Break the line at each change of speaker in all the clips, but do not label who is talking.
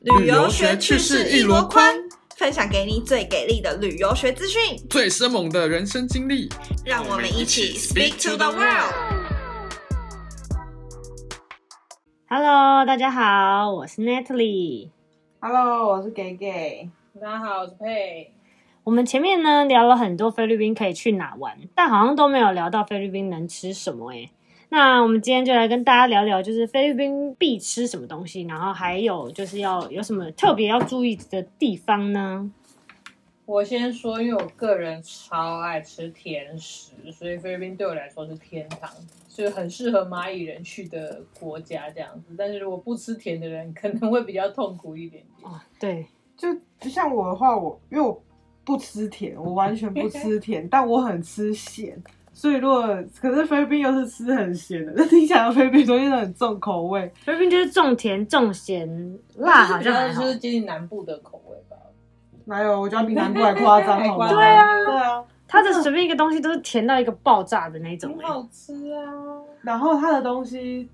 旅游学趣事一箩筐，分享给你最给力的旅游学资讯，
最生猛的人生经历，
让我们一起 speak to the world。
Hello，大家好，我是 Natalie。
Hello，我是给给。
大家好，我是佩。
我们前面呢聊了很多菲律宾可以去哪玩，但好像都没有聊到菲律宾能吃什么诶、那我们今天就来跟大家聊聊，就是菲律宾必吃什么东西，然后还有就是要有什么特别要注意的地方呢？
我先说，因为我个人超爱吃甜食，所以菲律宾对我来说是天堂，是很适合蚂蚁人去的国家这样子。但是如果不吃甜的人， 可能会比较痛苦一点点。
哦，对，
就就像我的话，我因为我不吃甜，我完全不吃甜， 但我很吃咸。所以如果可是菲律宾又是吃很咸的，那听起来菲律宾东西都很重口味。
菲律宾就是重甜、重咸、辣，好
比
像还
较
好
就。是接近南部的口味吧。
哪有？我觉得比南部还夸张，好吗？
对啊
对啊。
它的随便一个东西都是甜到一个爆炸的那种、
很
欸。
好吃啊！
然后它的东西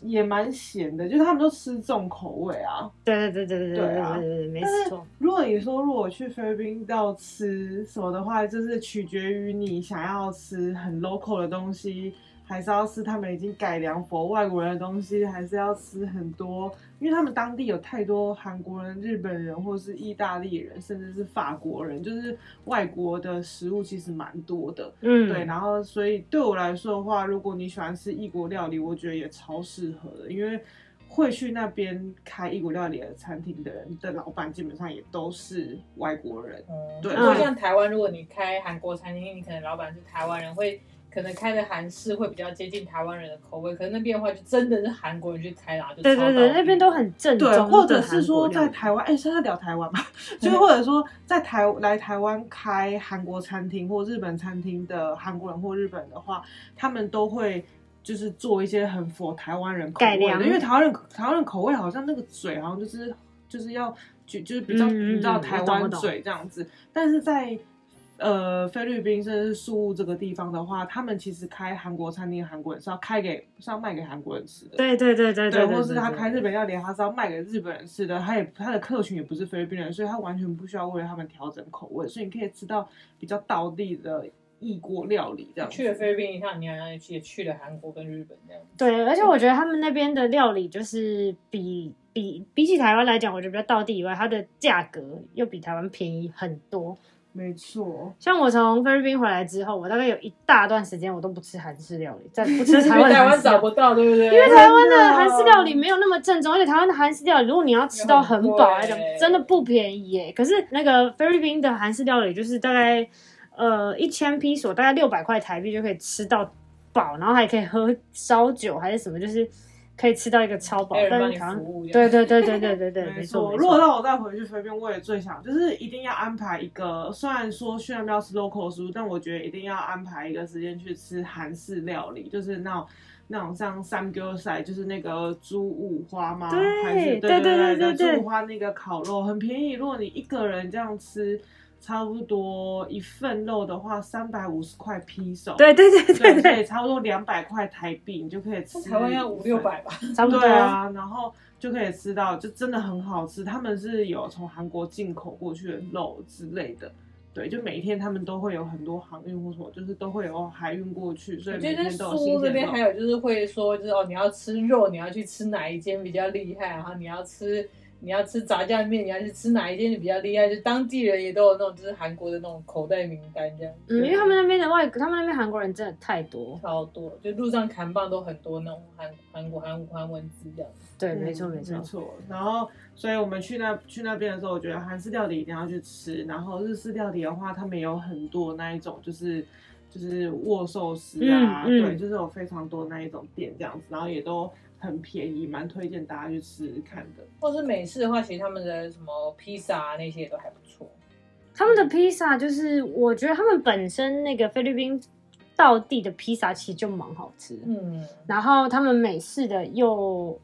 也蛮咸的，就是他们都吃重口味啊。
对对对对对对
对啊
对对对，没
但是
错。
如果你说如果去菲律宾要吃什么的话，就是取决于你想要吃很 local 的东西，还是要吃他们已经改良佛外国人的东西，还是要吃很多，因为他们当地有太多韩国人、日本人或是意大利人，甚至是法国人，就是外国的食物其实蛮多的。
嗯，
对，然后所以对我来说的话，如果你喜欢吃异国料理，我觉得也超适合的，因为会去那边开异国料理的餐厅的人的老板基本上也都是外国人。
嗯，
对
不过像台湾，如果你开韩国餐厅，你可能老板是台湾人，会可能开的韩式会比较接近台湾人的口味，可是那边的话就真的是韩国人去开啦，就
对对对，
超到
那边都很正宗
对，
的韩国
或
料理。
者是说在台湾，哎、现在聊台 湾吧，就是或者说在台来台湾开韩国餐厅或日本餐厅的韩国人或日本人的话，他们都会就是做一些很符合台湾人口
改
味
良
的，因为台湾人台湾人口味好像那个嘴好像就是就是要就就是比较、
嗯嗯
你知道
嗯
台
我懂我
湾
懂
嘴这样子，但是在呃菲律宾甚至是宿务这个地方的话，他们其实开韩国餐厅，韩国人是要开给是要卖给韩国人吃的。
对对对对对，
对，或是他开日
对
本料理，他是要卖给日本人吃的，他也他的客群也不是菲律宾人，所以他完全不需要为了他们调整口味，所以你可以吃到比较道地的异国料理这样子。
去了菲律宾一趟，你好像也去也去了韩国跟日本这样。
对，而且我觉得他们那边的料理就是比比比起台湾来讲，我觉得比较道地以外，它的价格又比台湾便宜很多。
没错，
像我从菲律宾回来之后，我大概有一大段时间我都不吃韩式料理，在 不吃
因
台
为
湾
台
的
湾
韩式
找
料理。
不到，对不对？
因为台湾
真
的
哦
的
韩式料理没有那么正宗，而且台湾的韩式料理，如果你要吃到很饱那种
很贵，
真的不便宜耶。可是那个菲律宾的韩式料理，就是大概呃一千披索，大概六百块台币就可以吃到饱，然后还可以喝烧酒还是什么，就是可以吃到一个超饱
还有。人
但
帮
是
你
台湾，
服务这
对
样。
对对对对对 对，没错。
错。
没
如果
错
让我再回去菲律宾，我也最想就是一定要安排一个，虽然说虽然要吃 local 食物，但我觉得一定要安排一个时间去吃韩式料理，就是那种。那种像三 g i r s i 就是那个猪五花吗？
对
还是
对
对
对对
对
对
猪五花那个烤肉很便宜，如果你一个人这样吃，差不多一份肉的话，三百五十块披手，
对对对对
对，所
啊
对，
以差不多两百块台币，你就可以吃。
台湾要五六百吧，
差不多嗯
对。啊，然后就可以吃到，就真的很好吃。他们是有从韩国进口过去的肉之类的，对，就每天他们都会有很多航运或什么，就是都会有海运过去，所以
我觉
每
得在
天都有
苏
新
这
鲜
边还
肉。
有就是会说，就是哦，你要吃肉，你要去吃哪一间比较厉害，然后你要吃你要吃炸酱面，你要去吃哪一间比较厉害，就当地人也都有那种就是韩国的那种口袋名单这样，
嗯，因为他们那边的外，他们那边韩国人真的太多。
超多，就路上砍棒都很多那种韩韩国韩韩文字这样。
对，
嗯
没错没错
没。错。然后，所以我们去那去那边的时候，我觉得韩式料理一定要去吃，然后日式料理的话，他们也有很多那一种就是。就是握寿司啊，
嗯嗯
对，就是有非常多那一种店这样子，然后也都很便宜，蛮推荐大家去吃吃看的。
或是美式的话，其实他们的什么披萨啊那些也都还不错。
他们的披萨就是，我觉得他们本身那个菲律宾道地的披萨其实就蛮好吃，
嗯，
然后他们美式的又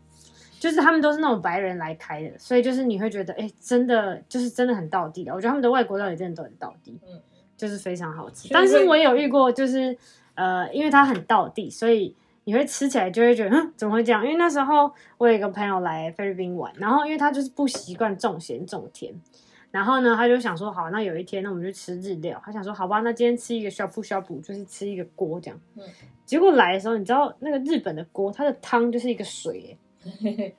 就是他们都是那种白人来开的，所以就是你会觉得，哎、真的就是真的很道地的。我觉得他们的外国料理真的都很道地，
嗯
就是非常好吃。
所以
但是
会
我也有遇过，就是呃，因为它很道地，所以你会吃起来就会觉得，嗯，怎么会这样？因为那时候我有一个朋友来菲律宾玩，然后因为他就是不习惯重咸重甜，然后呢，他就想说，好，那有一天，那我们就吃日料。他想说，好吧，那今天吃一个小布小补，就是吃一个锅这样。
嗯
结果来的时候，你知道那个日本的锅，它的汤就是一个水 耶、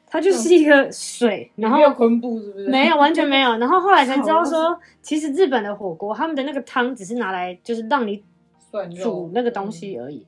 它就是一个水，然后
没有昆布是不是？
没有，完全没有。然后后来才知道 说，其实日本的火锅，他们的那个汤只是拿来就是让你
蒜肉嗯
煮那个东西而已。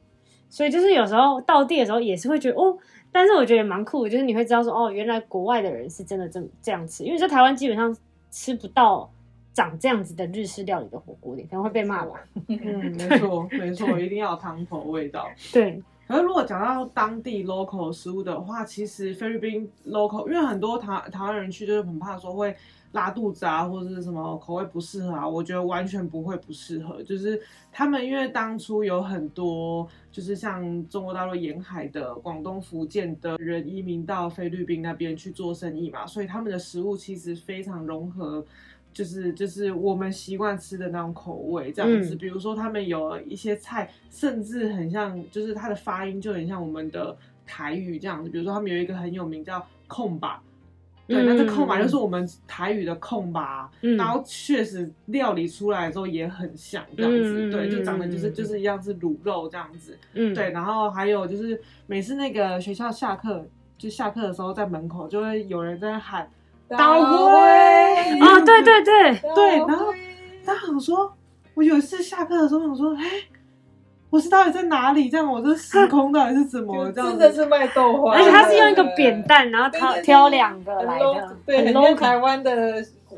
所以就是有时候到地的时候也是会觉得哦，但是我觉得也蛮酷的，就是你会知道说哦，原来国外的人是真的这么这样吃，因为在台湾基本上吃不到长这样子的日式料理的火锅店，可能会被骂吧。
哦
嗯，没错没错，一定要有汤头味道。
对，
可是如果讲到当地 local 食物的话，其实菲律宾 local，因为很多台台湾人去就是很怕说会拉肚子啊，或者是什么口味不适合啊，我觉得完全不会不适合。就是他们因为当初有很多就是像中国大陆沿海的广东、福建的人移民到菲律宾那边去做生意嘛，所以他们的食物其实非常融合。就是就是我们习惯吃的那种口味，这样子。
嗯
比如说他们有一些菜，甚至很像，就是它的发音就很像我们的台语这样子。比如说他们有一个很有名叫空吧，对，那这空吧就是我们台语的空吧，
嗯
然后确实料理出来之后也很像这样子，
嗯嗯
对，就长得就
嗯
是
嗯
就是一样是卤肉这样子，
嗯，
对，然后还有就是每次那个学校下课。就下课的时候，在门口就会有人在那喊，
刀
灰
哦，对对对，
对然后他想说，我有一次下课的时候想说，哎、我是到底在哪里？这样我这时空到底是怎 么了这样
真
子？
的是卖豆花，
而且他是用一个扁担，然后
对
挑
对对
挑两个
很
来
low，
的，
对，很
很
像
local。
台湾的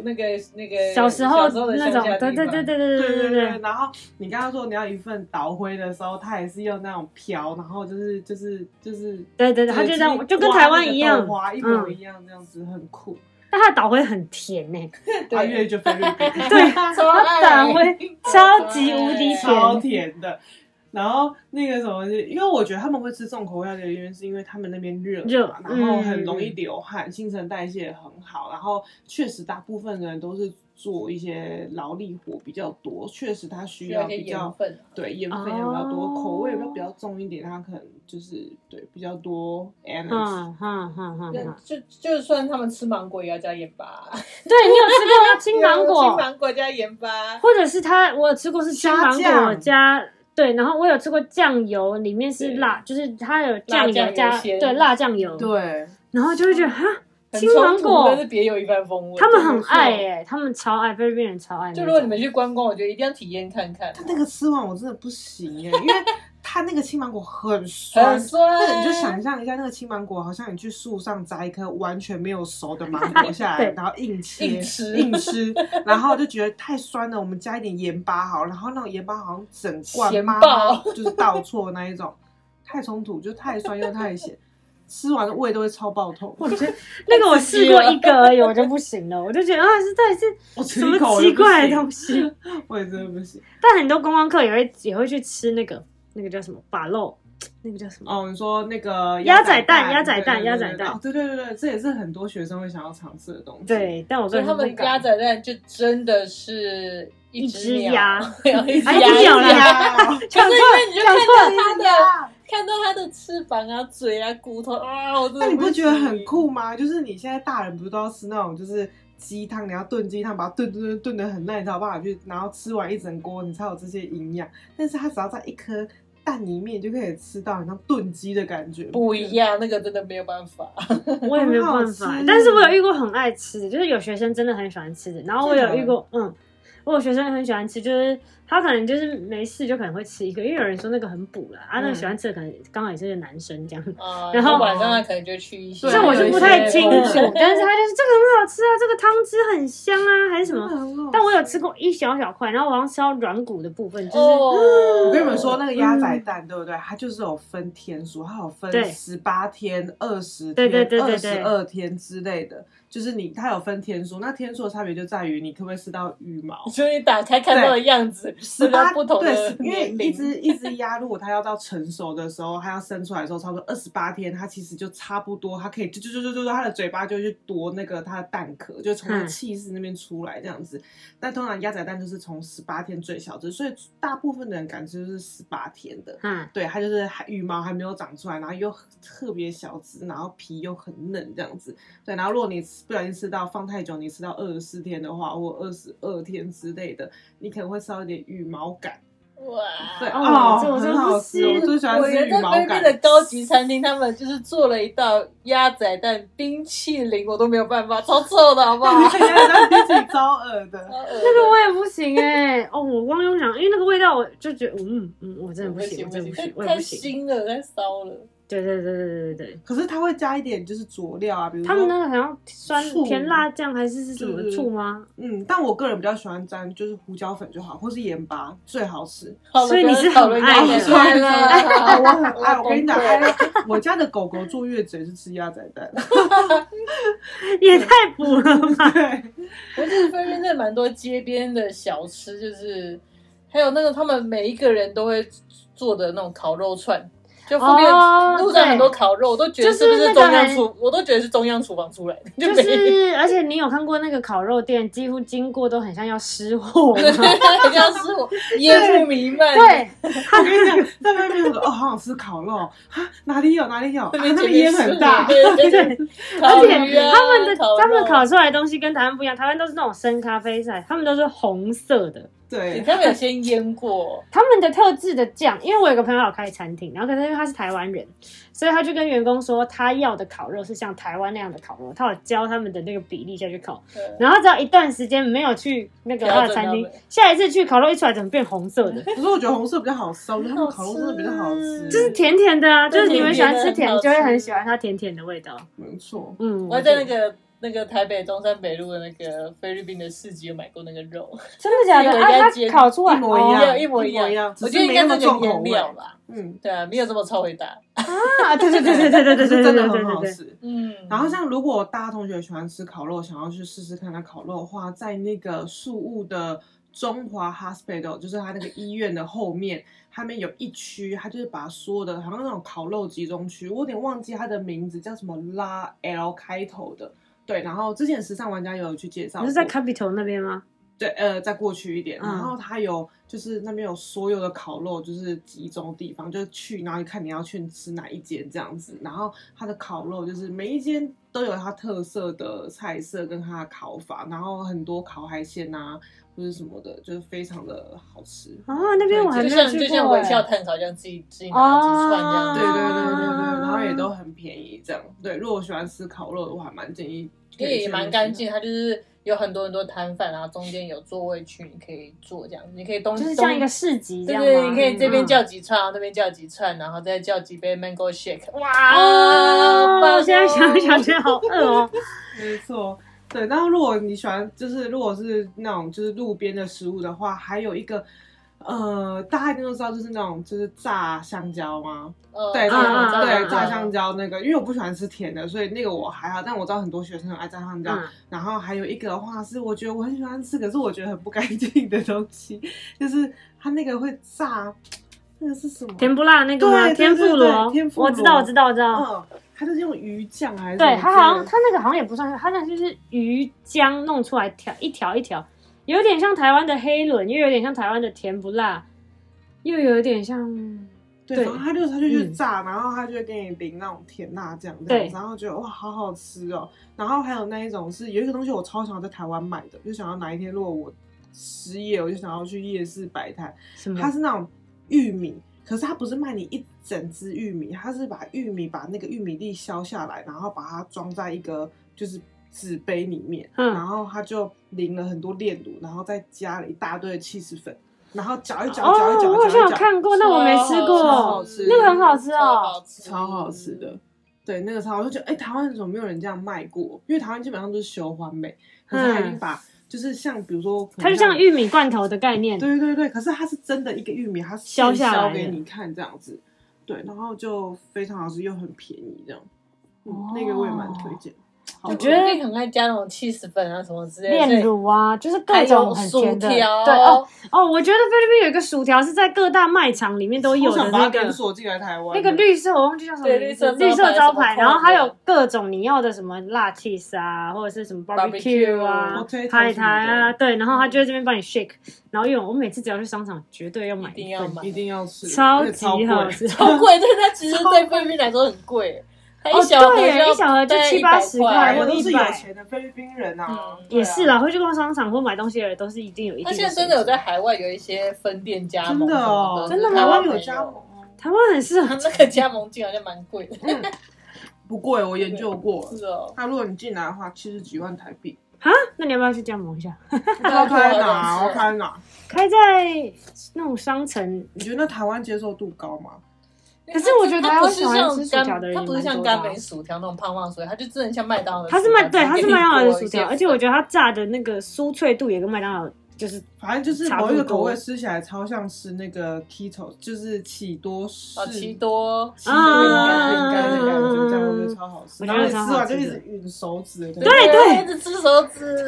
那个那个
小时候
的
那种
乡，下地
对
方
对对对对
对
对
对对。然后你刚刚说你要一份倒灰的时候，他也是用那种瓢，然后就是就是就是，
对对对，他就这样，就跟台湾一样，嗯
花一模一样，这样子很酷。
但他的岛灰很甜呢，
阿月就菲律宾，
对，
超
他
爱
岛灰超级无敌
超
甜，
甜的。然后那个什么，因为我觉得他们会吃重口味的原因，是因为他们那边热嘛，
热
然后很容易流汗，新陈代谢很好，然后确实大部分人都是做一些劳力活比较多，确实他需
需要
要
一些
比较
盐分啊，
对盐分也比较多，
哦
口味会比较重一点，他可能就是对比较多 energy。
嗯哼哼哼，
那
哼
就就算他们吃芒果也要加盐巴，
对你有吃过要青芒
青
果，
芒果加盐巴，
或者是他我有吃过是青芒
虾
果
酱
加。对，然后我有吃过酱油，里面是
对
辣，就是它有酱
酱
油
油
加
鲜
对辣酱油，
对，
然后就会觉得哈，
很
青芒
冲突，但是
果
别有一番风味。
他们
真的
很
不错
爱哎、他们超爱菲律宾人超爱那种。
就如果你们去观光，我觉得一定要体验看看，
他那个吃完我真的不行耶，因为他那个青芒果很酸，
很酸，
那你
呃
就想象一下，那个青芒果，好像你去树上摘一颗完全没有熟的芒果下来，
对
然后硬切、
硬吃
硬吃然后就觉得太酸了，我们加一点盐巴好了，然后那种盐巴好像整罐
咸
妈妈
爆
就是倒错那一种，太冲突，就太酸又太咸，吃完胃都会超爆痛。 我觉得
那个我试过一个而已，我就不行了，我就觉得啊，这到底是
我吃
什
一口
么
我
奇
就不
怪的
行
东西？
我也真的不行。
但很多观光客也会也会去吃那个那个叫什么把肉，那个叫什么？
哦，你说那个
鸭仔蛋
蛋、
鸭仔
对
蛋
对
鸭
对
仔
对
蛋
哦，对对对对，这也是很多学生会想要尝试的东西。
对，哎但我个
所以
人
他
是不
们
敢
鸭仔蛋就真的是一
一只
只鸟
鸭，
一只
哎一只
鸭
鸟
子
啦
呀。
就是因为你就看到它
对
的
啊
看到它的翅膀啊、嘴啊、骨头啊，我真的
那你不
行
觉得很？酷吗？就是你现在大人不是都要吃那种就是鸡汤，你要炖鸡汤，把它炖炖炖炖的很烂，你才有办法去，然后吃完一整锅，你才有这些营养。但是它只要在一颗蛋里面就可以吃到，很像炖鸡的感觉。
不一样，那个真的没有办法。
我也没有办
很好
法
吃。
但是我有遇过很爱吃的，就是有学生真的很喜欢吃的。然后我有遇过，嗯，我有学生很喜欢吃，就是他可能就是没事就可能会吃一个，因为有人说那个很补了，啊，那个
嗯
喜欢吃的可能刚好也是个男生这样。
啊，
然后
晚上他可能就去一些，
对
这我就不太清
有一
楚
些，
但是他就是这个很好吃啊，这个汤汁很香啊，还是什
真的
么？
很好吃
但我有吃过一小小块，然后我好像吃到软骨的部分，就是、
哦，
我跟你们 说，那个鸭仔蛋、对不对？它就是有分天数，它有
嗯
分
对
十八天、二十
对
天、
对对对
二
对
十二天之类的，就是你它有分天数。那天数的差别就在于你可不可以吃到羽毛。
就是你打开看到的样子，
十八
对不同的
对，因为
年龄
一只一只鸭，如果它要到成熟的时候，它要生出来的时候，差不多二十八天，它其实就差不多，它可以就就就就就它的嘴巴就去夺那个它的蛋壳，就从它
嗯
气室那边出来这样子。但通常鸭仔蛋就是从十八天最小只，所以大部分的人感知就是十八天的。
嗯，
对，它就是还羽毛还没有长出来，然后又很特别小只，然后皮又很嫩这样子。对，然后如果你吃不小心吃到放太久，你吃到二十四天的话，或二十二天之类的，你可能会少一点羽毛感。
哇
对，
哦
哦，
这我真
很
的不
好吃，我
信
最喜欢
我
吃
觉
羽
得
毛
菲律宾
感
的高级餐厅，他们就是做了一道鸭仔蛋冰淇淋，我都没有办法，超臭的好不好？
而且 鸭蛋比起招耳的，
那
那个我也不行哎、哦，我光用想，因为那个味道，我就觉得，嗯嗯，我真的不行，我真的不行，我也
太
不行。
腥了，太骚了。
对对对对对对
可是它会加一点就是佐料啊，比如
对，
说
他们那个好像酸
醋
甜辣酱还是是什么
是
醋吗？
嗯，但我个人比较喜欢沾就是胡椒粉就好，或是盐巴最好吃。
好了
所以你是
不要讨论
很爱
这
的
个算了
啊，我很爱，我跟你讲，
崩溃了
哎我家的狗狗坐月子也是吃鸭仔蛋，
也太补了 吧！
对。
我觉得菲律宾真的蛮多街边的小吃，就是还有那个他们每一个人都会做的那种烤肉串，就附近
哦
路上很多烤肉，我都觉得
就是
不是中
那个
央
很
厨，我都觉得是中央厨房出来的，就
哦就
每
是，而且你有看过那个烤肉店，几乎经过都很像要失火 吗？
对，像是我烟雾弥漫，
对，
我跟你讲，在外面说哦，好想吃烤肉啊，哪里有哪里有，啊、那
那
边
边
烟很大，
对对对，
而
烤
且
鱼啊
他们的
烤肉
他们烤出来的东西跟台湾不一样，台湾都是那种深咖啡色，他们都是红色的。
对，
他们有先 腌过，
他们的特制的酱，因为我有个朋友有开餐厅，然后可是因为他是台湾人，所以他就跟员工说他要的烤肉是像台湾那样的烤肉，他有教他们的那个比例下去烤，
对
然后只要一段时间没有去那个他的餐厅
调整他们，
下一次去烤肉一出来怎么变红色 的？
可是我觉得红色比较好吃，我觉得他们烤肉真的比较好吃，
就是甜甜的啊，就
对
是你们喜欢吃
甜甜
甜
的，
就会很喜
很
欢它甜甜的味道。
没错。
嗯，
我还在那个。那个台北中山北路的那个菲律宾的市集有买过那个肉，
真的假的？
有一
啊，
家
它
街
烤出来
一模一样
哦
一模一
一模一样
我
只
觉
是没
得
那
应该
么
那个
重口
腌
味
料吧，
嗯，
对啊，没有这么超伟大，
啊！对对对对对对对对
是
对
真
对
的很好
对对。
吃。
嗯，
然后像如果大家同学喜欢吃烤肉，想要去试试看它烤肉的话，在那个宿务的中华 hospital，就是它那个医院的后面，他们有一区，它就是把所有的好像那种烤肉集中区，我有点忘记它的名字叫什么拉 L 开头的。对，然后之前时尚玩家也有去介绍
你
过，
是在 Capital 那边吗？
对，呃，再过去一点，
嗯
然后它有就是那边有所有的烤肉，就是集中地方，就是去，然后你看你要去吃哪一间这样子，然后它的烤肉就是每一间都有它特色的菜色跟它的烤法，然后很多烤海鲜啊或者什么的，就是非常的好吃。
啊，那边我还
就
没有
像
去
就
过
像
欸哦
微笑炭烤这样自己自己拿几串这样
对对
子，
对
啊
对对对，然后也都很便宜，这样对。如果喜欢吃烤肉的话，还蛮建议，可
因
以
为
去
也
那边
蛮
吃
干。净，它就是有很多很多摊贩，然后中间有座位区，你可以坐这样，你可以东
哦
就是
东
像一个市集这
对
样
对，
吗
你可以这
嗯
边叫几串，然后那边叫几串，然后再叫几杯 mango shake，哇，
啊
好棒
哦，
哦
我现在想一想觉得好饿 哦。
没错，对。然后如果你喜欢，就是如果是那种就是路边的食物的话，还有一个，呃，大家一定都知道，就是那种就是炸香蕉吗？
呃
对，
嗯嗯
那
嗯
种对
嗯，
炸香蕉那个，因为我不喜欢吃甜的，所以那个我还好。但我知道很多学生很爱炸香蕉。
嗯
然后还有一个的话是，我觉得我很喜欢吃，可是我觉得很不干净的东西，就是它那个会炸，那个是什么？
甜不辣那个吗？
对对
天妇罗
对对，天妇罗
我知道，我知道，我知道。
嗯，它就是用鱼酱还是什么
对，它好
之
像
类的
它那个好像也不算，它那就是鱼浆弄出来条一条一条，有点像台湾的黑轮，又有点像台湾的甜不辣，又有点像
对，
对
然后他就他就去
嗯
炸，然后他就会给你淋那种甜辣酱这
对
样子，然后觉得哇好好吃哦。然后还有那一种是有一个东西我超想要在台湾买的，就想要哪一天如果我失业，我就想要去夜市摆摊。
什么
它是那种玉米，可是它不是卖你一整只玉米，它是把玉米把那个玉米粒削下来，然后把它装在一个就是纸杯里面，
嗯
然后它就淋了很多炼乳，然后再加了一大堆的 cheese 粉，然后搅一搅
哦
搅一，搅
我好
搅
像
一
有
搅。
看过，那我没吃
超好
过。
吃
那个很好吃哦
超好吃
超好吃
哦
的。对，那个超好，我就觉得哎、台湾怎么没有人这样卖过？因为台湾基本上都是修欢美，可是他已经把、就是像比如说可
嗯
能，
它就像玉米罐头的概念，
对对对，可是它是真的一个玉米，它
削下来
削
的
给你看这样子，对，然后就非常好吃又很便宜这样。嗯，那个我也蛮推荐。
哦我
好喝
觉得
一定很爱加那种 cheese 粉啊什么之类的，
炼乳啊，就是
还
各
有
种很
薯
甜的。对
条，
哦 哦，我觉得菲律宾有一个薯条是在各大卖场里面都有
我
的
想
那
把它
个
连。锁进来台湾，
那个绿色我忘记叫什么
对
名
绿
字
色
绿
招牌
色招牌，
什么
然后还有
控
各种你要的什么辣 cheese 啊，或者是什么 barbecue 啊
Potato
海苔
什么
啊，
的
对，然后他就会这边帮你 shake，然后因为我每次只要去商场，绝对要买
一定
份
要买
一。定要吃，
超
而且超
级好
贵
吃，
超贵，但它其实对菲律宾来说很贵，它一小盒
哦对耶
要
一小盒就
大概
七
100
八十
块
块
我都是有钱的菲律宾人啊，
嗯
也是啦，会去逛商场或买东西的人都是一定有一定
它
的水
现
准。
在啊真的有在海外有一些分店加
真
盟什
的
么
哦，
真的吗
台
台湾
湾
有
没
加盟哦。
台湾很适合
它 那个加盟金好像蛮贵的，
嗯，不贵，我研究过。
是哦。
那如果你进来的话，七十几万台 币，
啊，那你要不要去加盟一下？
不知道开哪，
对
要开哪？
开在那种商城，
你觉得台湾接受度高吗？
可是我觉得台
它不
湾
是
喜欢
像
吃薯条
干，
的人
它不是
也蛮
像
多
干
的啊
梅薯条那种胖胖薯条，它就真的像麦当劳的薯
它
条。
是麦对，它是麦当劳的薯
只给你
条，
多
而且我
一些
觉得它炸的那个酥脆度也跟麦当劳就是
反正就是
差不
某
多
一个口味吃起来超像是那个 keto，就是奇多士
哦
粉啊奇多，
奇多饼干饼干的感觉，这样我觉得超好吃。
啊我
然
觉得
后你吃
超好吃的
完就一直吮手指的感觉，
对对
一直吃手指，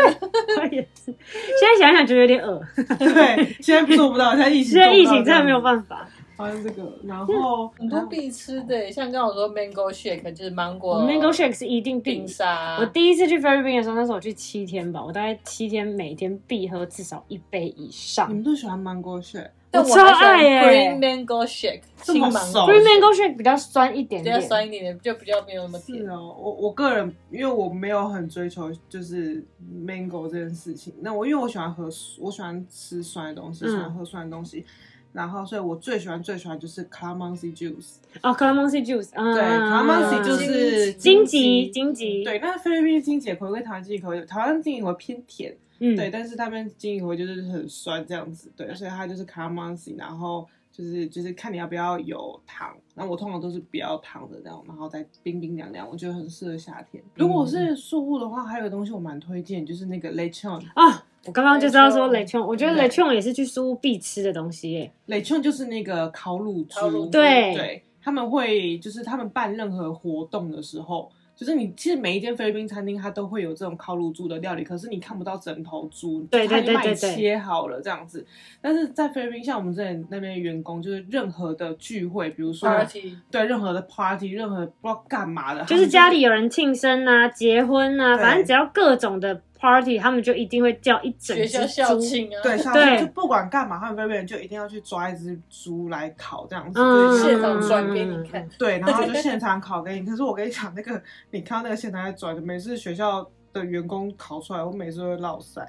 我也是，现在想想觉得有点恶，
对，现在做不到，现在疫 情
现在疫情真的没有
法。
办法。
反正这个，然后
很多必吃的，像刚刚我说 mango shake 就是芒
我
果
mango shake 是一定必
冰。沙，
我第一次去菲律宾的时候，那时候我去七天吧，我大概七天每天必喝至少一杯以上
你。们都喜欢芒果雪，
但
我
还喜欢
超爱耶
green mango shake
这么
青芒
熟
果
Green mango shake 比较酸一点
比较
点，
酸一点点，就比较没有那么
是
甜。
哦，我我个人因为我没有很追求就是 mango 这件事情，那我因为我喜欢喝，我喜欢吃酸的东西，
嗯
喜欢喝酸的东西，然后所以我最喜欢最喜欢就是 calamansi juice，、
哦 c a l a m a n s i juice，嗯，
对，calamansi
嗯
就是
荆棘，荆棘，，
对，那菲律宾金桔口跟台湾金桔口有，台湾金桔口偏甜，
嗯，
对，但是那边金桔口就是很酸这样子，对，所以它就是 calamansi，然后。就是就是看你要不要有糖，那我通常都是不要糖的那种，然后再冰冰凉凉，我觉得很适合夏天。如果是素物的话，还有个东西我蛮推荐，就是那个 lechon。
啊，我刚刚就知道说雷
Lechon
琼，我觉得雷琼也是去苏屋必吃的东西耶。
lechon 就是那个烤乳
烤乳
猪，
猪
对
对，他们会就是他们办任何活动的时候，就是你其实每一间菲律宾餐厅它都会有这种烤乳猪的料理，可是你看不到整头猪，
对对
它已经
对
帮你
对对
切好了这样子。但是在菲律宾，像我们之前那边的员工，就是任何的聚会，比如说
party
对任何的 party，任何不知道干嘛的，
嗯
他
就
们
是家里有人庆生啊、结婚啊，
对
反正只要各种的 party，他们就一定会叫一整
学
只
校校
猪。
庆啊，
对，像
对
就不管干嘛，他们菲律宾人就一定要去抓一只猪来烤这样子，
嗯
就是
现场转给你看，
对，然后就现 场烤给你。可是我跟你讲，那个你看到那个现场在转的，每次学校的员工烤出来，我每次都会落 塞，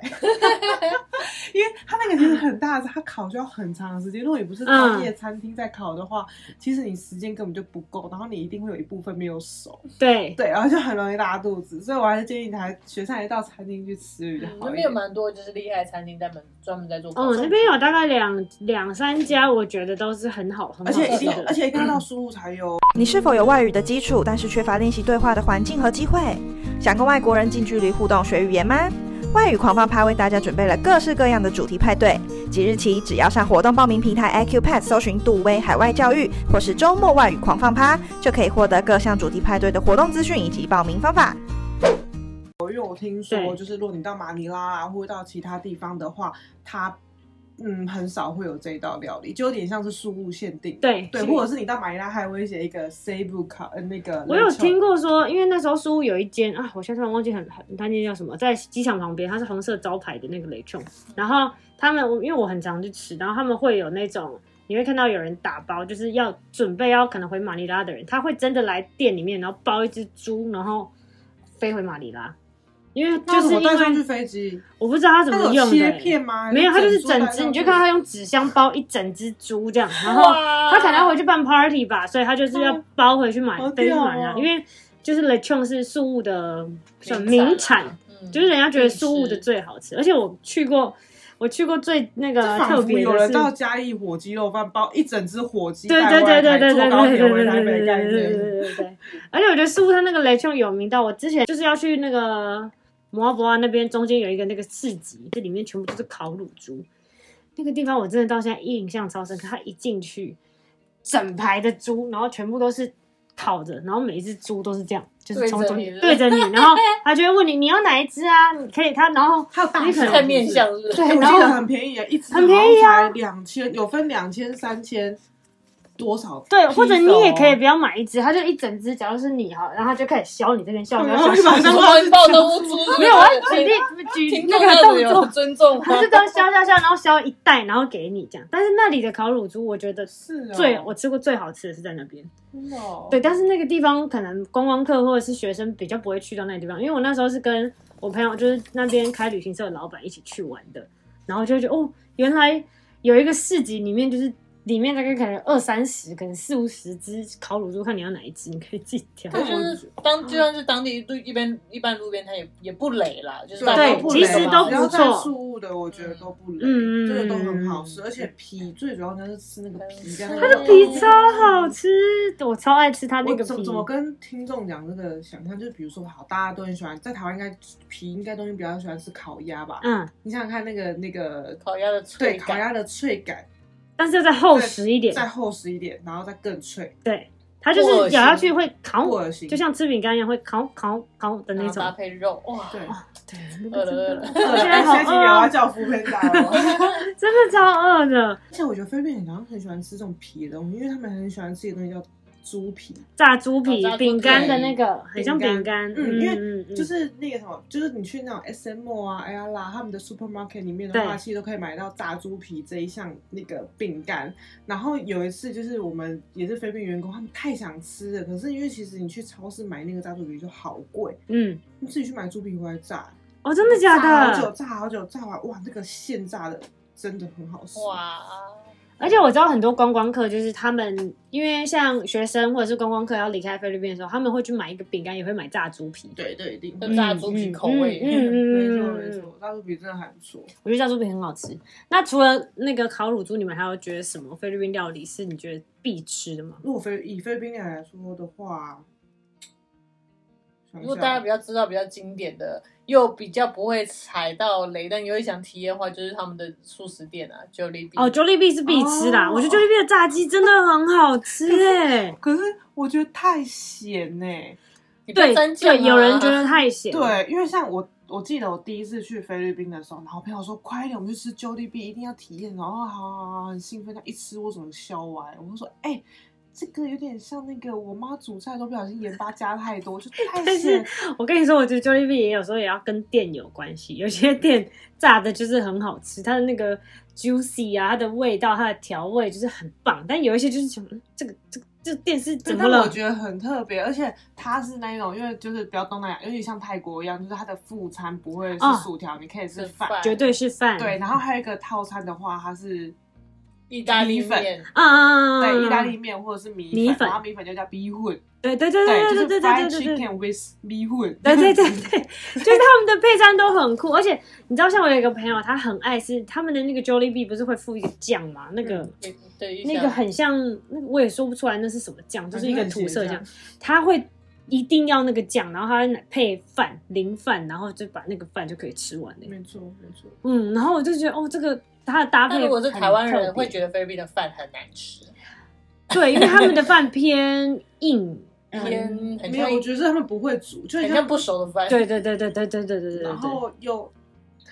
因为它那个其实很大，它烤需要很长的时间。如果你不是专
嗯
业餐厅在烤的话，其实你时间根本就不够，然后你一定会有一部分没有熟，
对，
对，然后就很容易拉肚子。所以我还是建议你还学上一道餐厅去吃比较
嗯
好
那
一
边有
点。
蛮多就是厉害的餐厅在门专门在做烤
哦，
肠
那边有大概两两三家，我觉得都是很好，很好
而且一
吃
定，而
的。
且一定要到
嗯
输入才有。
你是否有外语的基础，但是缺乏练习对话的环境和机会？想跟外国人近距离互动学语言吗？外语狂放派为大家准备了各式各样的主题派对，即日起只要上活动报名平台 iQpad 搜寻“杜威海外教育”或是“周末外语狂放趴”，就可以获得各项主题派对的活动资讯以及报名方法。
因为我听
对
说，就是如果你到马尼拉啊，或者到其他地方的话，它嗯很少会有这一道料理，就有点像是输入限定。
对
对，或者是你到马尼拉还会写一个 s a b u 卡，呃，那个
我有
luncheon
听过说，因为那时候苏屋有一间啊，我现在突然忘记很很它那间叫什么，在机场旁边，它是红色招牌的那个雷琼。然后他们，我因为我很常去吃，然后他们会有那种。你会看到有人打包，就是要准备要可能回马尼拉的人，他会真的来店里面，然后包一只猪，然后飞回马尼拉，因为
那
就
怎
是
么
因
带上去
为
飞机，
我不知道他怎
它
么
有
用的、
切
欸
片吗？
没有，它
还
就是是整只，
只，
你就看到它用纸箱包一整只猪这样，然后
哇
他可能要回去办 party 吧，所以他就是要包回去买
哦好
飞去
屌
买啦，
哦
因为就是 lechon 是素物的算名产，，
嗯
就是人家觉得
必吃
素物的最好吃，而且我去过，我去过最那
这
个呃特
仿佛
别
有
的
人
是。
到嘉义火鸡肉饭包一整只火鸡，
对对
带
对
外
对对
台
对对
坐高
对
铁
对
回台北
对
的概
对对
念。
对对，而且我觉得苏屋它那个雷琼有名到我之前就是要去那个摩阿博啊那边，中间有一个那个市集，这里面全部都是烤乳猪，那个地方我真的到现在印象超深刻。它一进去，整排的猪，然后全部都是烤着，然后每一只猪都是这样，就是
对
从
着
中
你
间
是吧
对着你，然后他就会问你你要哪一只啊？你可以他，然后
还有大
你可
小
能
看面相是不是？
对
哎，我
然
记得
后
很便宜耶，一只
很便宜
啊，两千有分两千、三千，多少？
对，或者你也可以不要买一只，他就一整只，假如是你哈，然后他就开始削你这边削，
然
然
后
后
就
削
把
削
它
削，
我你抱动物猪，
没有，啊我要举例举
听
那
众
个
到
动
底有
作，
尊重啊
他
吗
就？这样削削削，然后削一袋，然后给你这样。但是那里的烤乳猪，我觉得
是哦
最我吃过最好吃的是在那边。
真的哦
对，但是那个地方可能观光客或者是学生比较不会去到那个地方，因为我那时候是跟我朋友，就是那边开旅行社的老板一起去玩的，然后就会觉得哦，原来有一个市集里面就是里面大概可能二三十，可能四五十只烤乳猪，看你要哪一只，你可以自己挑。
啊
可是当就算是当地路一般一般路边摊也也不雷啦，就是大
对
家不
雷
雷
其实
嘛
都
只
不
要
错
在树屋的，我觉得都不累，
嗯嗯
这个都很好吃，而且皮最主要就是吃那个皮，这样
它的
皮超好吃，我超爱吃它那
我
个
怎
皮
么。怎么跟听众讲这个想象？就是比如说，好，大家都很喜欢，在台湾应该皮应该都比较喜欢吃烤鸭吧？
嗯，
你想想看，那个那个
烤鸭的脆
对烤
感，
鸭的脆感，
但是要再厚实一点，
再厚实一点，然后再更脆，
对，它就是咬下去会烤
不，恶心。
就像吃饼干一样会烤烤烤的
然
那
后搭
种。
配肉，哇，
对，哎
对，
饿了饿了，
哦我现在好
下集也要
饿，哦
叫福培达了。
真的超饿的。
而且我觉得菲律宾人好像很喜欢吃这种皮的东西，因为他们很喜欢吃一个东西叫猪皮，
炸猪皮
哦炸猪皮
饼干的那个，很像饼干，
嗯因为
为
就是那个什么，就是你去那种 S M O 啊、L 啦，他们的 supermarket 里面的话，
对
其实都可以买到炸猪皮这一项那个饼干。然后有一次就是我们也是菲律宾员工，他们太想吃了，可是因为其实你去超市买那个炸猪皮就好贵，
嗯，
你自己去买猪皮回来炸，
哦，真的假
炸好久，
的？
炸好久，炸完哇，那个现炸的真的很好吃，
哇，
而且我知道很多观光客，就是他们因为像学生或者是观光客要离开菲律宾的时候，他们会去买一个饼干，也会买炸猪皮。
对对，一定。
就炸猪皮口味，
嗯嗯
没错没
嗯
错，炸猪皮真的还不错。
我觉得炸猪皮很好吃。那除了那个烤乳猪，你们还有觉得什么菲律宾料理是你觉得必吃的吗？
如果菲以菲律宾人来说的话，想一
如果
下
大家比较知道比较经典的，又比较不会踩到雷，但也会想体验的话，就是他们的素食店啊 j o l l i b e
哦，Jollibee 是必吃的啊，
哦
我觉得 Jollibee 的炸鸡真的很好吃哎。
可是我觉得太咸呢、
你不要
对
沾酱啊
对，有人觉得太咸，，
对，因为像我，我记得我第一次去菲律宾的时候，然后朋友说快一点，我们去吃 Jollibee，一定要体验。然后好好好，很兴奋，他一吃我整个消完，我就说哎。这个有点像那个我妈煮菜都不小心盐巴加太多，就太
但是
咸。
我跟你说，我觉得 Jollibee 也有时候也要跟店有关系，有些店炸的就是很好吃，它的那个 juicy 啊，它的味道，它的调味就是很棒，但有一些就是想，嗯这个这个这个店是怎么
但我
了？
觉得很特别，而且它是那一种，因为就是比较东南亚，尤其像泰国一样，就是它的副餐不会
啊
是薯条，你可以是
是
饭。
饭
绝对是饭，
对，，然后还有一个套餐的话，它是
意大利面，
啊啊，
对意大利面或者是米
米粉
然后米粉就叫 B 混，
对，对对
对，
对
就
对
是
对对
fried
对对对。
chicken with 米混，
对对对对，就是他们的配餐都很酷， 而且你知道，像我有一个朋友，他很爱吃他们的那个 Jollibee，不是会附一个酱吗？那个、
对对，
那个很像，那个我也说不出来那是什么酱，就是一个土色
很
酱
像。
他会一定要那个酱，然后他会配饭淋饭，然后就把那个饭就可以吃完嘞。
没错没错，
嗯，然后我就觉得哦，这个它的搭配 很特
那
别，
如果是台湾人，会觉得菲律宾的饭很难吃，
对，因为他们的饭偏硬。
偏很
没有，
像
我觉得是他们不会煮，就
很像不熟的饭，
对对对对对对对对对对
然，后又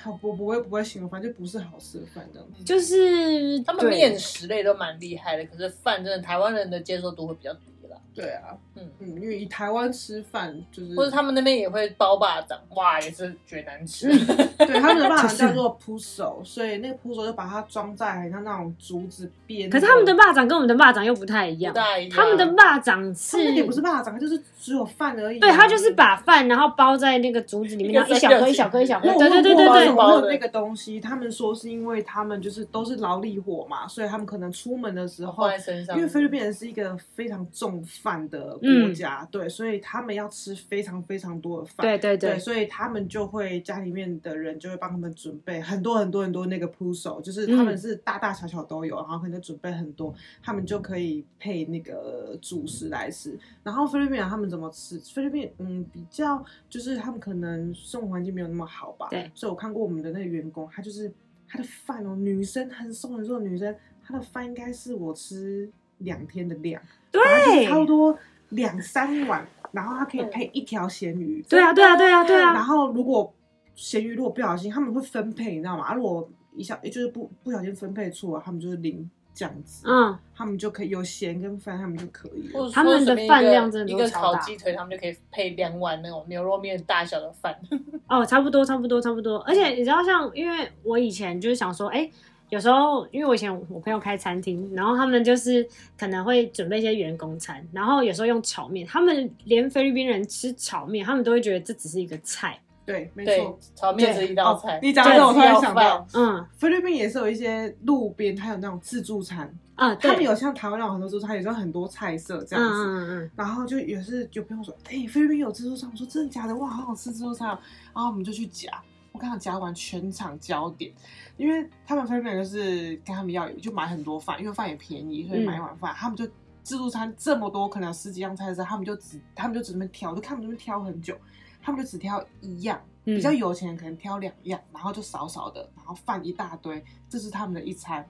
好不不会不会形容，反正就不是好吃的饭这样子。
就是
他们
对
面食类都蛮厉害的，可是饭真的台湾人的接受度会比较低啦。
对啊，
嗯，
嗯，因为以台湾吃饭就是，
或者他们那边也会包霸掌，哇，也是觉得难吃。
嗯
对他们的办法叫 做扑手，所以那个扑手就把它装在很像那种竹子编。
可是他们的蚂蚱跟我们的蚂蚱又不太一样
不，大一样
他们的蚂蚱
他们那个也不是蚂蚱，它就是只有饭而已啊。
对，它就是把饭然后包在那个竹子里面，
一个
然后一小颗一小颗一小颗，
那
三
我
对对对
问
对对
过为什
包子，
么会有那个东西，他们说是因为他们就是都是劳力活嘛，所以他们可能出门的时候
放在，身上，
因为菲律宾人是一个非常重饭的国家，对，所以他们要吃非常非常多的饭，
对对对
对，所以他们就会家里面的人就会帮他们准备很多很多很多那个铺手，就是他们
嗯
是大大小小都有，然后可能就准备很多，他们就可以配那个主食来吃。然后菲律宾人他们怎么吃？菲律宾嗯比较就是他们可能生活环境没有那么好吧，
对，
所以我看过我们的那个员工，他就是他的饭哦，女生很瘦很瘦的女生，她的饭应该是我吃两天的量，
对
反正就是差不多。两三碗，然后它可以配一条咸鱼。
对啊，对啊，对啊，对
然
啊，
后如果咸鱼如果不小心，他们会分配，你知道吗？啊如果一下就是不不小心分配错了，他们就是零这样子，
嗯，
他们就可以有咸跟饭，他们就可以
或
了。
者说
他们的
随便一
饭
个
量真的
一
都
个
超
炒
大
鸡腿，他们就可以配两碗那种牛肉面大小的饭。
哦，差不多，差不多，差不多。而且你知道，像因为我以前就是想说，哎、有时候因为我以前我朋友开餐厅，然后他们就是可能会准备一些员工餐，然后有时候用炒面，他们连菲律宾人吃炒面，他们都会觉得这只是一个菜。
对，没
对
错。，
炒面是一道菜
哦。你讲到这，我突然想
对是要
到
饭，
嗯
菲律宾也是有一些路边，它有那种自助餐，
啊，
他们
对，嗯
有像台湾那种很多自助餐，也是很多菜色这样子。
嗯嗯
然后就也是有朋友说，哎、菲律宾有自助餐，我说真的假的？哇，好好吃自助餐哦！然后我们就去夹，我刚刚夹完全场焦点，因为他们菲律宾人就是跟他们要就买很多饭，因为饭也便宜，所以买一碗饭，他们就自助餐这么多，可能有十几样菜色，他们就只他们就只能挑，就看他们这边挑很久，他们就只挑一样，
嗯，
比较有钱人可能挑两样，然后就少少的，然后饭一大堆，这是他们的一餐。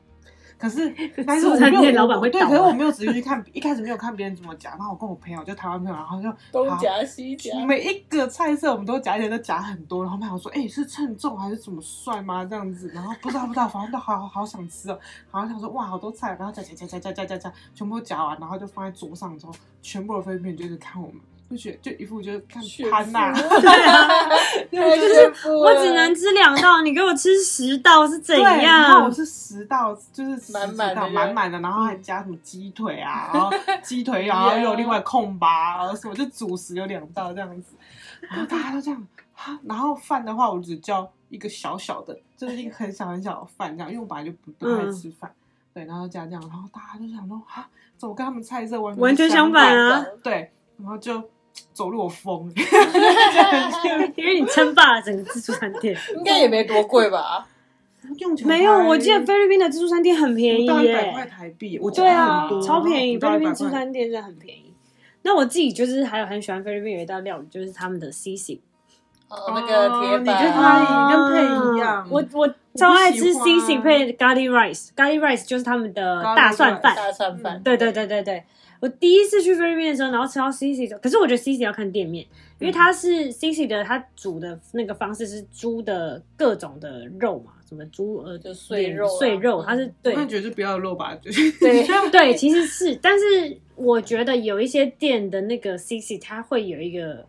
可是，但是我
餐
没有
店老板会
对，
倒啊
可是我没有仔细去看，一开始没有看别人怎么夹，然后我跟我朋友就台湾朋友，然后就
东
好
夹西夹，
每一个菜色我们都夹一点，都夹很多，然后我们想说，哎、是称重还是怎么算吗？这样子，然后不知道不知道，反正都好好想吃哦，好像想说哇，好多菜，然后夹夹夹夹夹夹夹夹，全部都夹完，然后就放在桌上之后，全部的菲律宾人就是看我们，就觉得就一副就是看
炫
潘娜、
富
对
太
就是
炫富了
我只能吃两道，你给我吃十道是怎
对，然后我
样？
是十道，就是十
满
几
满
道
的
满
人
满的，然后还加什么鸡腿啊， 然后鸡腿，啊然后
呀
又有另外空吧，然后什么就主食有两道这样子，然后大家都这样啊。然后饭的话，我只叫一个小小的，就是一个很小很小的饭这样，因为我本来就不不太
嗯
吃饭，对，然后加这样，然后大家就想说啊，怎么跟他们菜色完
完全
全
相反啊
对，然后就走路我疯了。
因为你称霸了整个自助餐 店。
应该也没多贵吧？
用起来
没有，我记得菲律宾的自助餐店很便宜
不到一百
耶
块。台币，我记得
对啊
很多，
超便宜，菲
不到
律
100
宾
块
自助餐店真的很便宜。那我自己就是还有很喜欢菲律宾有一道料理，就是他们的 CC，
哦，那个铁
你
板
就
啊，
可以跟配一样
我我超爱吃
我不喜
CC
欢
配咖喱 rice，咖喱 rice 就是他们的
咖喱
大蒜
rice
饭。
大蒜饭。
嗯对对对对对，我第一次去菲律宾的时候，然后吃到 CC 的，可是我觉得 CC 要看店面，因为它
嗯
是 CC 的，它煮的那个方式是猪的各种的肉嘛，什么猪呃
就碎肉啊
碎肉，它是对
我也觉得是不要肉吧，就是
对
对，其实是，但是我觉得有一些店的那个 CC 它会有一个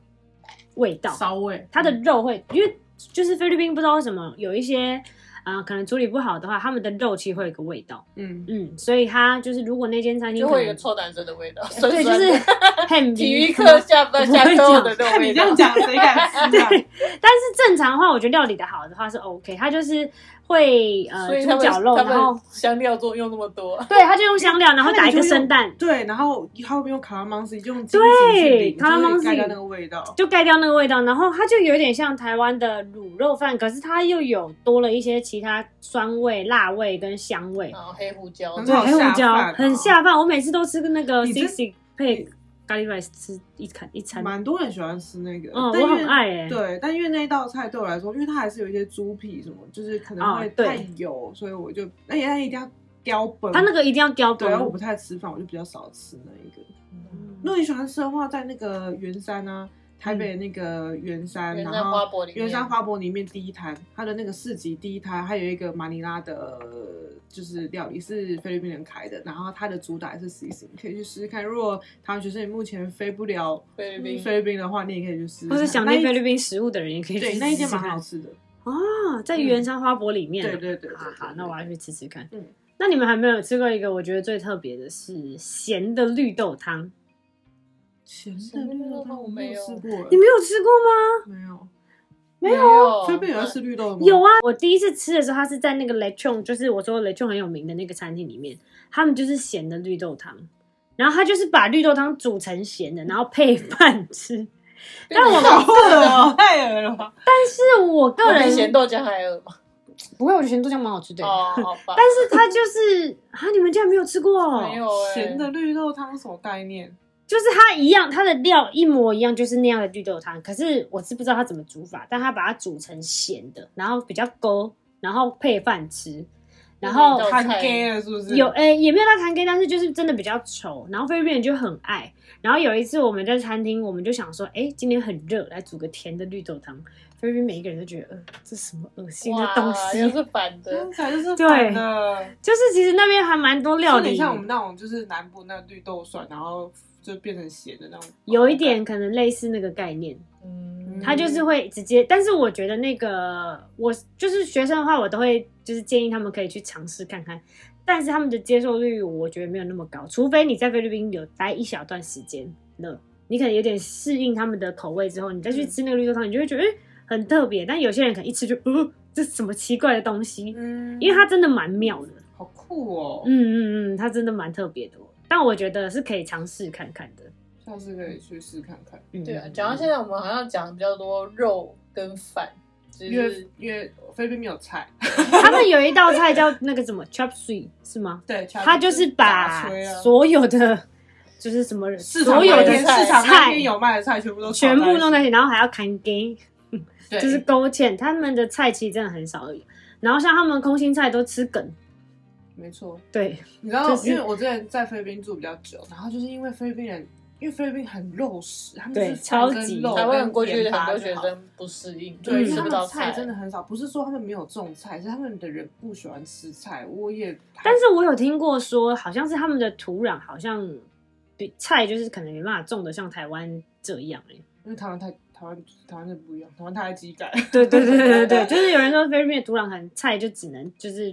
味道，
骚味。
它的肉会，因为就是菲律宾不知道为什么有一些啊、呃可能处理不好的话，他们的肉其实会有一个味道，
嗯，
嗯，所以它就是如果那间餐厅
就
可
会有一个
能
臭男生的味道，酸
嗯对，就
酸
是
的
很
体育课下班下课后的那种
你
味
这
道
样。讲 谁敢吃啊？
但是正常的话，我觉得料理的好的话是 OK，它就是会呃
所以
猪
他
脚
们
肉，
他
然后
们香料作用那么多，
对，它就用香料，然后
他
打
们
一
就
个
用
生蛋，
对，然后他会不会用卡拉芒斯，就用
对卡
卡
拉
拉
芒斯
盖掉那个味道。
就盖掉那个味道，然后它就有点像台湾的卤肉饭，可是它又有多了一些其他酸味、辣味跟香味，
然后黑胡椒，
很
对，
好
嗯黑
下
胡椒
饭哦
很下饭。我每次都吃那个
你
C
这
C 配咖喱 rice 吃一餐一餐，
蛮多人喜欢吃那个，
嗯，
但
我
因为
很爱哎、
对，但因为那一道菜对我来说，因为它还是有一些猪皮什么，就是可能
哦
会
对
太油，所以我就那也一定要雕本。
它那个一定要雕
对，
工
然后我不太吃饭，我就比较少吃那一个。
嗯
如果你喜欢吃的话，在那个圆山啊，台北的那个圆山，
原
然
山
后
花博里面，
圆山花博里面第一摊，它的那个市集第一摊，还有一个马尼拉的，呃就是料理是菲律宾人开的，然后它的主打是 C C，你可以去试试看。如果台湾学生你目前飞不了
菲律
嗯
宾，
菲律宾的话，你也可以去试试看。
或者想念菲律
宾，
宾食物的人也可以去
对，那一
吃
间
吃
蛮好
看
吃的。嗯
哦，在原山花博里面啊、
对对对对，
好好
对，
那我要去吃吃看。
嗯
那你们还没有吃过一个我觉得最特别的是咸的绿豆汤，
咸
咸
的
的
绿
绿
豆
豆
汤
汤
我
我
没
没
有
有
试过，
你没有吃过吗？
没有？
没有嗯
菲律宾有在吃绿豆吗？
有啊，我第一次吃的时候，它是在那个 Lechon，就是我说 Lechon 很有名的那个餐厅里面，他们就是咸的绿豆汤，然后他就是把绿豆汤煮成咸的，然后配
嗯
饭吃。但我
好饿哦，太饿了吧！
但是我个
我比
人
咸豆浆还饿嘛。
不会，我觉得咸豆浆蛮好吃的。
哦，好吧，
但是它就是啊，你们竟然没有吃过、哦？
没有欸
咸的绿豆汤什么概念？
就是它一样，它的料一模一样，就是那样的绿豆汤。可是我是不知道它怎么煮法，但它把它煮成咸的，然后比较勾，然后配饭吃。然后
道
他
菜
gay 哦了是不是？
有诶、也没有到谈 gay，但是就是真的比较丑。然后菲律宾人就很爱。然后有一次我们在餐厅，我们就想说，诶、今天很热，来煮个甜的绿豆汤。菲律宾每一个人都觉得，呃，这什么恶心的
哇，
东西
又？是反 的
真，才就是
对
反的，
就是其实那边还蛮多料
有点
理，
像我们那种就是南部那绿豆蒜，然后就变成咸的那种。
有一点可能类似那个概念。
嗯，
他就是会直接，但是我觉得那个我就是学生的话，我都会就是建议他们可以去尝试看看，但是他们的接受率我觉得没有那么高，除非你在菲律宾有待一小段时间了，你可能有点适应他们的口味之后，你再
嗯
去吃那个绿豆汤，你就会觉得、诶很特别。但有些人可能一吃就，呃，这是什么奇怪的东西，
嗯，
因为它真的蛮妙的，
好酷哦，
嗯嗯嗯，它真的蛮特别的哦，但我觉得是可以尝试看看的。
下次可以去试看看。
嗯
对啊。讲到现在，我们好像讲比较多肉跟饭，就
因为
是
因为菲律宾没有 菜，
他们有一道菜叫那个什么 chop suey 是吗？
对，
他就是把
炸炊啊
所有的就是什么
市场
所有
那
的
边
菜
市场那边
菜
有卖的菜全部都
全部弄在
在
一起，然后还要砍给，
对
就是勾芡。他们的菜其实真的很少而已。然后像他们空心菜都吃梗，
没错。
对，
你知道，
就是
因为我之前在菲律宾住比较久，然后就是因为菲律宾人，因为菲律宾很肉食，他们
对
就是饭跟
超级
肉
台湾人过去
跟
很多
盐
学
巴就好。
生不适应，
对，
嗯
因为
吃
他
不
们
到
菜真的很少，不是说他们没有种菜，是他们的人不喜欢吃菜。我也，
但是我有听过说，好像是他们的土壤好像比菜就是可能没办法种的像台湾这样哎、
因为台湾太台湾台湾真的不一样，台湾太爱鸡改，
对对对对对 对，就是有人说菲律宾的土壤很菜，就只能就是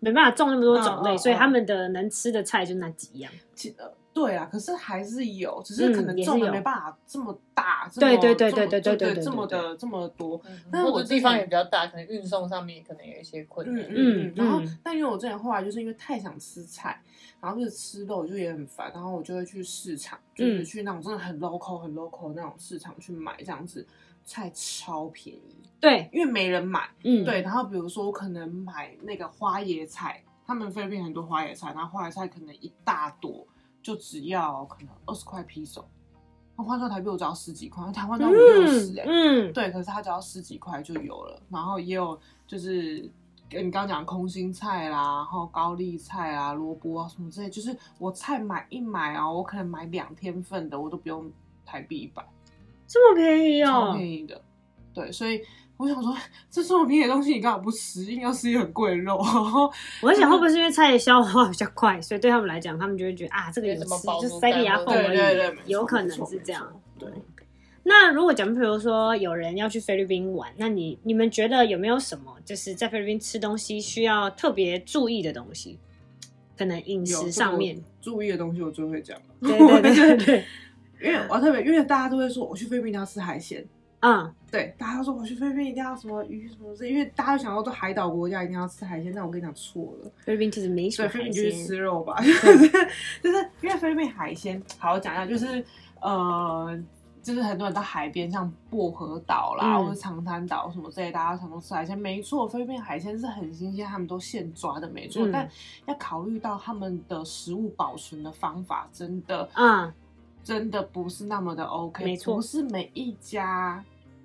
没办法种那么多种类，
嗯嗯
所以
嗯
他们的能吃的菜就那几样。
其呃 对啊，可是还是有，只是可
嗯
能
也是
种的
有
没办法这么大，这
对
么
对对
这么
对对对
对
对
这么
对
的这么多。
嗯
但是
或
我
者
之
地方
前
也比较大，可能运送上面可能有一些困
嗯
难。
嗯
嗯
嗯，然后
嗯
但因为我之前后来就是因为太想吃菜，然后就是吃肉就也很烦，然后我就会去市场，就是
嗯
去那种真的很 local 很 local 那种市场去买这样子，菜超便宜，
对，
因为没人买。
嗯，
对，然后比如说我可能买那个花椰菜，他们菲律宾很多花椰菜，然后花椰菜可能一大朵就只要可能二十块披手，那换算台币我只要十几块，台湾都五六十哎、
嗯，嗯
对，可是它只要十几块就有了，然后也有就是。跟你刚刚讲的空心菜啦，然后高丽菜啊、萝卜啊什么之类，就是我菜买一买啊，我可能买两天份的，我都不用台币一百。
这么便宜
超
哦、
便宜的。对，所以我想说，这这么便宜的东西你干嘛不吃？硬要吃一个很贵的肉，
我在想会不会是因为菜的消化比较快，所以对他们来讲，他们就会觉得啊，这个有
没什么
吃
饱
就
足
塞
感
给牙
或
缝
者
而
对
已，
对对，没错
有可
没
能
错
是
没
这样
错。对，
那如果讲，比如说有人要去菲律宾玩，那你你们觉得有没有什么就是在菲律宾吃东西需要特别注意的东西？可能饮
有
食
这
上
个
面，
注意的东西我最会讲了，
对对对 对对，
因为我特别，因为大家都会说我去菲律宾一定要吃海鲜。
嗯，
对，大家都说我去菲律宾一定要什么鱼什么之类，因为大家都想要做海岛国家一定要吃海鲜，但我跟你讲错了，
菲律宾其实没什
对，
么
菲律
海
宾就是
鲜，
吃肉吧，就是 就是因为菲律宾海鲜，好，我讲一下，就是呃，就是很多人到海边，像薄荷岛啦，
嗯
或者长滩岛什么之类，大家常常吃海鲜。没错，菲律宾海鲜是很新鲜，他们都现抓的，没错。
嗯
但要考虑到他们的食物保存的方法，真的，
嗯，
真的不是那么的 OK，
没错
不是每一家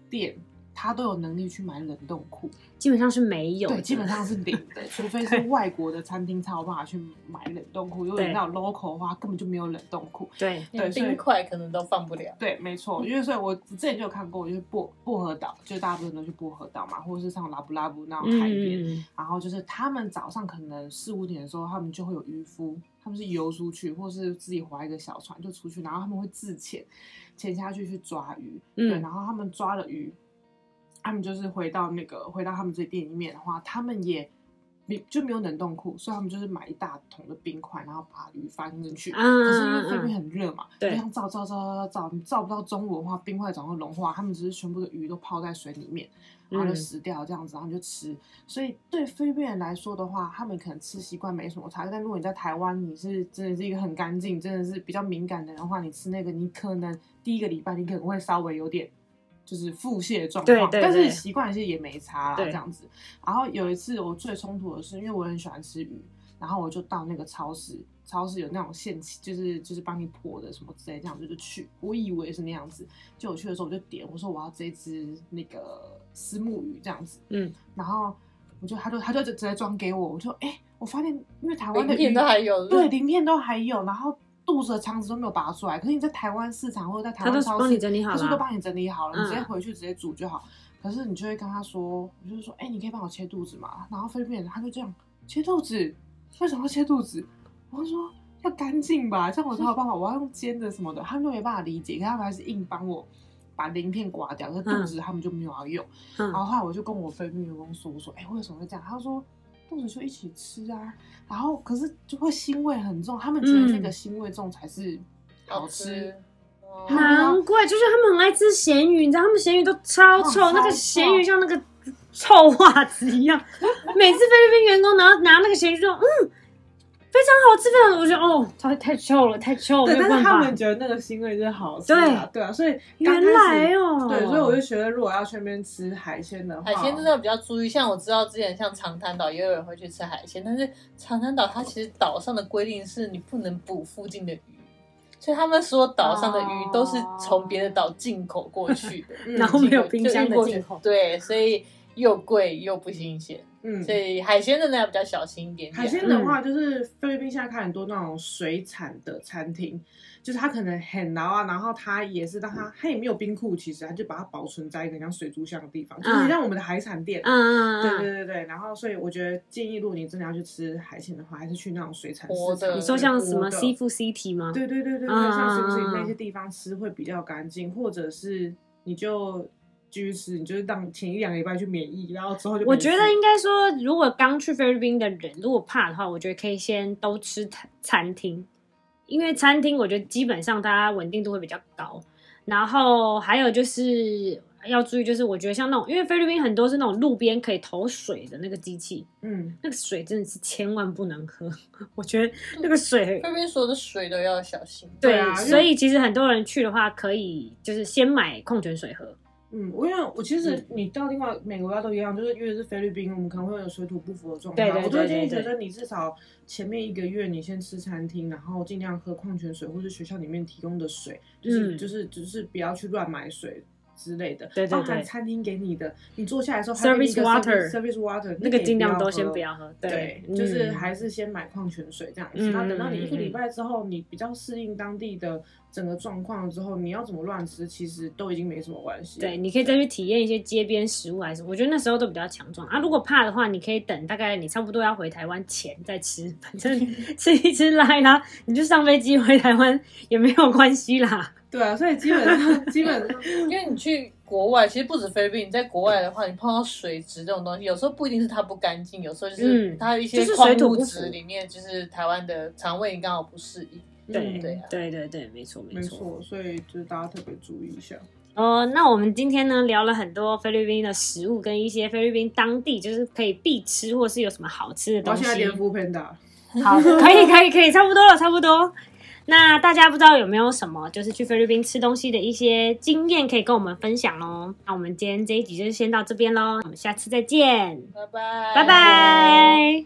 店。他都有能力去买冷冻库，
基本上是没有的，
对，基嗯本上是零 的，除非是外国的餐厅才有办法去买冷冻库，如果你
对
到 local 的话，根本就没有冷冻库。
对，
连
对所以
冰块可能都放不了，
对，啊没错，因为所以我之前就有看过，就是薄薄荷岛，就大部分都去薄荷岛嘛，或者是像拉布拉布那种海边，
嗯，
然后就是他们早上可能四五点的时候，他们就会有渔夫，他们是游出去，或是自己划一个小船就出去，然后他们会自潜，潜下去去抓鱼，
嗯
对，然后他们抓了鱼，他们就是回到那个回到他们自己店里面的话，他们也没就没有冷冻库，所以他们就是买一大桶的冰块，然后把鱼翻进去。
嗯
可是因为菲律
嗯
宾
嗯
很热嘛，
对
就像照照照照照，你照不到中午的话，冰块早上融化，他们只是全部的鱼都泡在水里面，然后就
嗯
死掉这样子，然后你就吃。所以对菲律宾人来说的话，他们可能吃习惯没什么差，但如果你在台湾，你是真的是一个很干净，真的是比较敏感的人的话，你吃那个，你可能第一个礼拜你可能会稍微有点就是腹泻的状
对
况，
对
但
对
是习惯其实也没差啦，
对
这样子。然后有一次我最冲突的是，因为我很喜欢吃鱼，然后我就到那个超市，超市有那种现切，就是就是帮你破的什么之类，这样子就去。我以为是那样子，就我去的时候我就点，我说我要这一只那个丝木鱼这样子，
嗯，
然后我就他就他就直接装给我，我就哎、我发现因为台湾
零
的
片
鱼
都还有，
对
嗯
鳞片都还有，然后肚子的肠子都没有拔出来，可是你在台湾市场或者在台
他都
湾超
帮你
市，
整理好
他是都
了。
帮你整理好了，你直接
嗯
回去直接煮就好。可是你就会跟他说，我就是说，哎、你可以帮我切肚子嘛？然后菲律宾人他就这样切肚子，为什么要切肚子？我就说要干净吧，这样我才有办法，我要用煎的什么的，他们就没办法理解，可他们还是硬帮我把鳞片刮掉，那肚子他们就没有要用。然
嗯
后后来我就跟我菲律宾员工说，我说，哎、为什么会这样？他说。肚子就一起吃啊，然后可是就会腥味很重，他们觉得那个
嗯
腥味重才是
好
好吃。，
哦
那
难怪，就是他们很爱吃咸鱼，你知道他们咸鱼都超臭，
哦
那个
超
咸鱼像那个臭袜子一样。 每次菲律宾员工拿拿那个咸鱼就说，嗯，非常好吃，非常，我觉得哦，太太臭了，太臭了，
对，
没有
但
办
是他
法
们。觉得那个腥味就是好吃啊，对啊，所以刚
原
开
来
始
哦，
对，所以我就觉得如果要去那边吃海鲜的话，
海鲜真的比较注意，像我知道之前像长滩岛也有人会去吃海鲜，但是长滩岛它其实岛上的规定是你不能捕附近的鱼，所以他们说岛上的
哦
鱼都是从别的岛进口过去 的，
嗯
然后没有冰箱的
就运
进
过
口
去，对，所以又贵又不新鲜，
嗯
所。以海鲜真的要比较小心一点点。
海鲜的
嗯
话，就是菲律宾现在开很多那种水产的餐厅，就是它可能很牢啊，然后它也是让它它也没有冰库，其实它就把它保存在一个像水族箱的地方，就是
嗯
像我们的海产店。
嗯嗯
对对
嗯，
对对，然后所以我觉得建议，如果你真的要去吃海鲜的话，还是去那种水产
活
市
的
场。
你说像什么
活的
seafood city 吗？
对对对对对，
嗯
像是不是
嗯嗯
那些地方吃会比较干净，或者是你就继续吃，你就是当前一两个礼拜去免疫，然后之后就
我
没
觉
事
得应该说，如果刚去菲律宾的人，如果怕的话，我觉得可以先都吃餐餐厅，因为餐厅我觉得基本上大家稳定度会比较高。然后还有就是要注意，就是我觉得像那种，因为菲律宾很多是那种路边可以投水的那个机器，
嗯，
那个水真的是千万不能喝。 我觉得那个水
菲律宾所有的水都要小心。
对，
对啊因为
所以其实很多人去的话，可以就是先买矿泉水喝。
嗯，我因为我其实你到另外每个国家都一样，就是因为是菲律宾，我们可能会有水土不服的状况。
对对
我都
对
会建议
对
觉
对
得你至少前面一个月你先吃餐厅，然后尽量喝矿泉水或是学校里面提供的水，就是、
嗯
就是就是不要去乱买水。之类的，
对对
包含
对
餐厅给你的，你坐下来的时候，它给你一
Service
个
water
service water，
那
个
个
也
尽量都
喝
先不要喝，
对，就是
嗯
还是先买矿泉水这样子。
嗯
那等到你一个
嗯嗯
礼拜之后，你比较适应当地的整个状况之后，你要怎么乱吃，其实都已经没什么关系。
对，你可以再去体验一些街边食物还是，我觉得那时候都比较强壮啊。如果怕的话，你可以等大概你差不多要回台湾前再吃，反正吃一吃拉一拉，你就上飞机回台湾也没有关系啦。
对啊，所以基 本上基本上
因为你去国外，其实不止菲律宾，你在国外的话，你碰到水质这种东西，有时候不一定是它不干净，有时候就是
嗯
它一
就
些
是
矿
水土
物
不
质
服
里面，就是台湾的肠胃刚好不适应。
对
对
嗯
啊
对对对，没错
没
错。
错，所以就是大家特别注意一下。
哦，那我们今天呢聊了很多菲律宾的食物跟一些菲律宾当地就是可以必吃或是有什么好吃的
我
东西。
现在连敷 Panda，
好，可以，可以，可以，差不多了，差不多。那大家不知道有没有什么就是去菲律宾吃东西的一些经验可以跟我们分享喽？那我们今天这一集就先到这边喽，我们下次再见，
拜拜，
拜拜。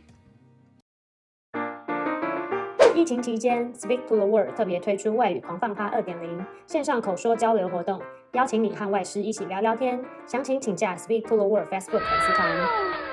疫情期间，Speak to the World 特别推出外语狂放趴2.0线上口说交流活动，邀请你和外师一起聊聊天。详情请加 Speak to the World Facebook 粉丝团。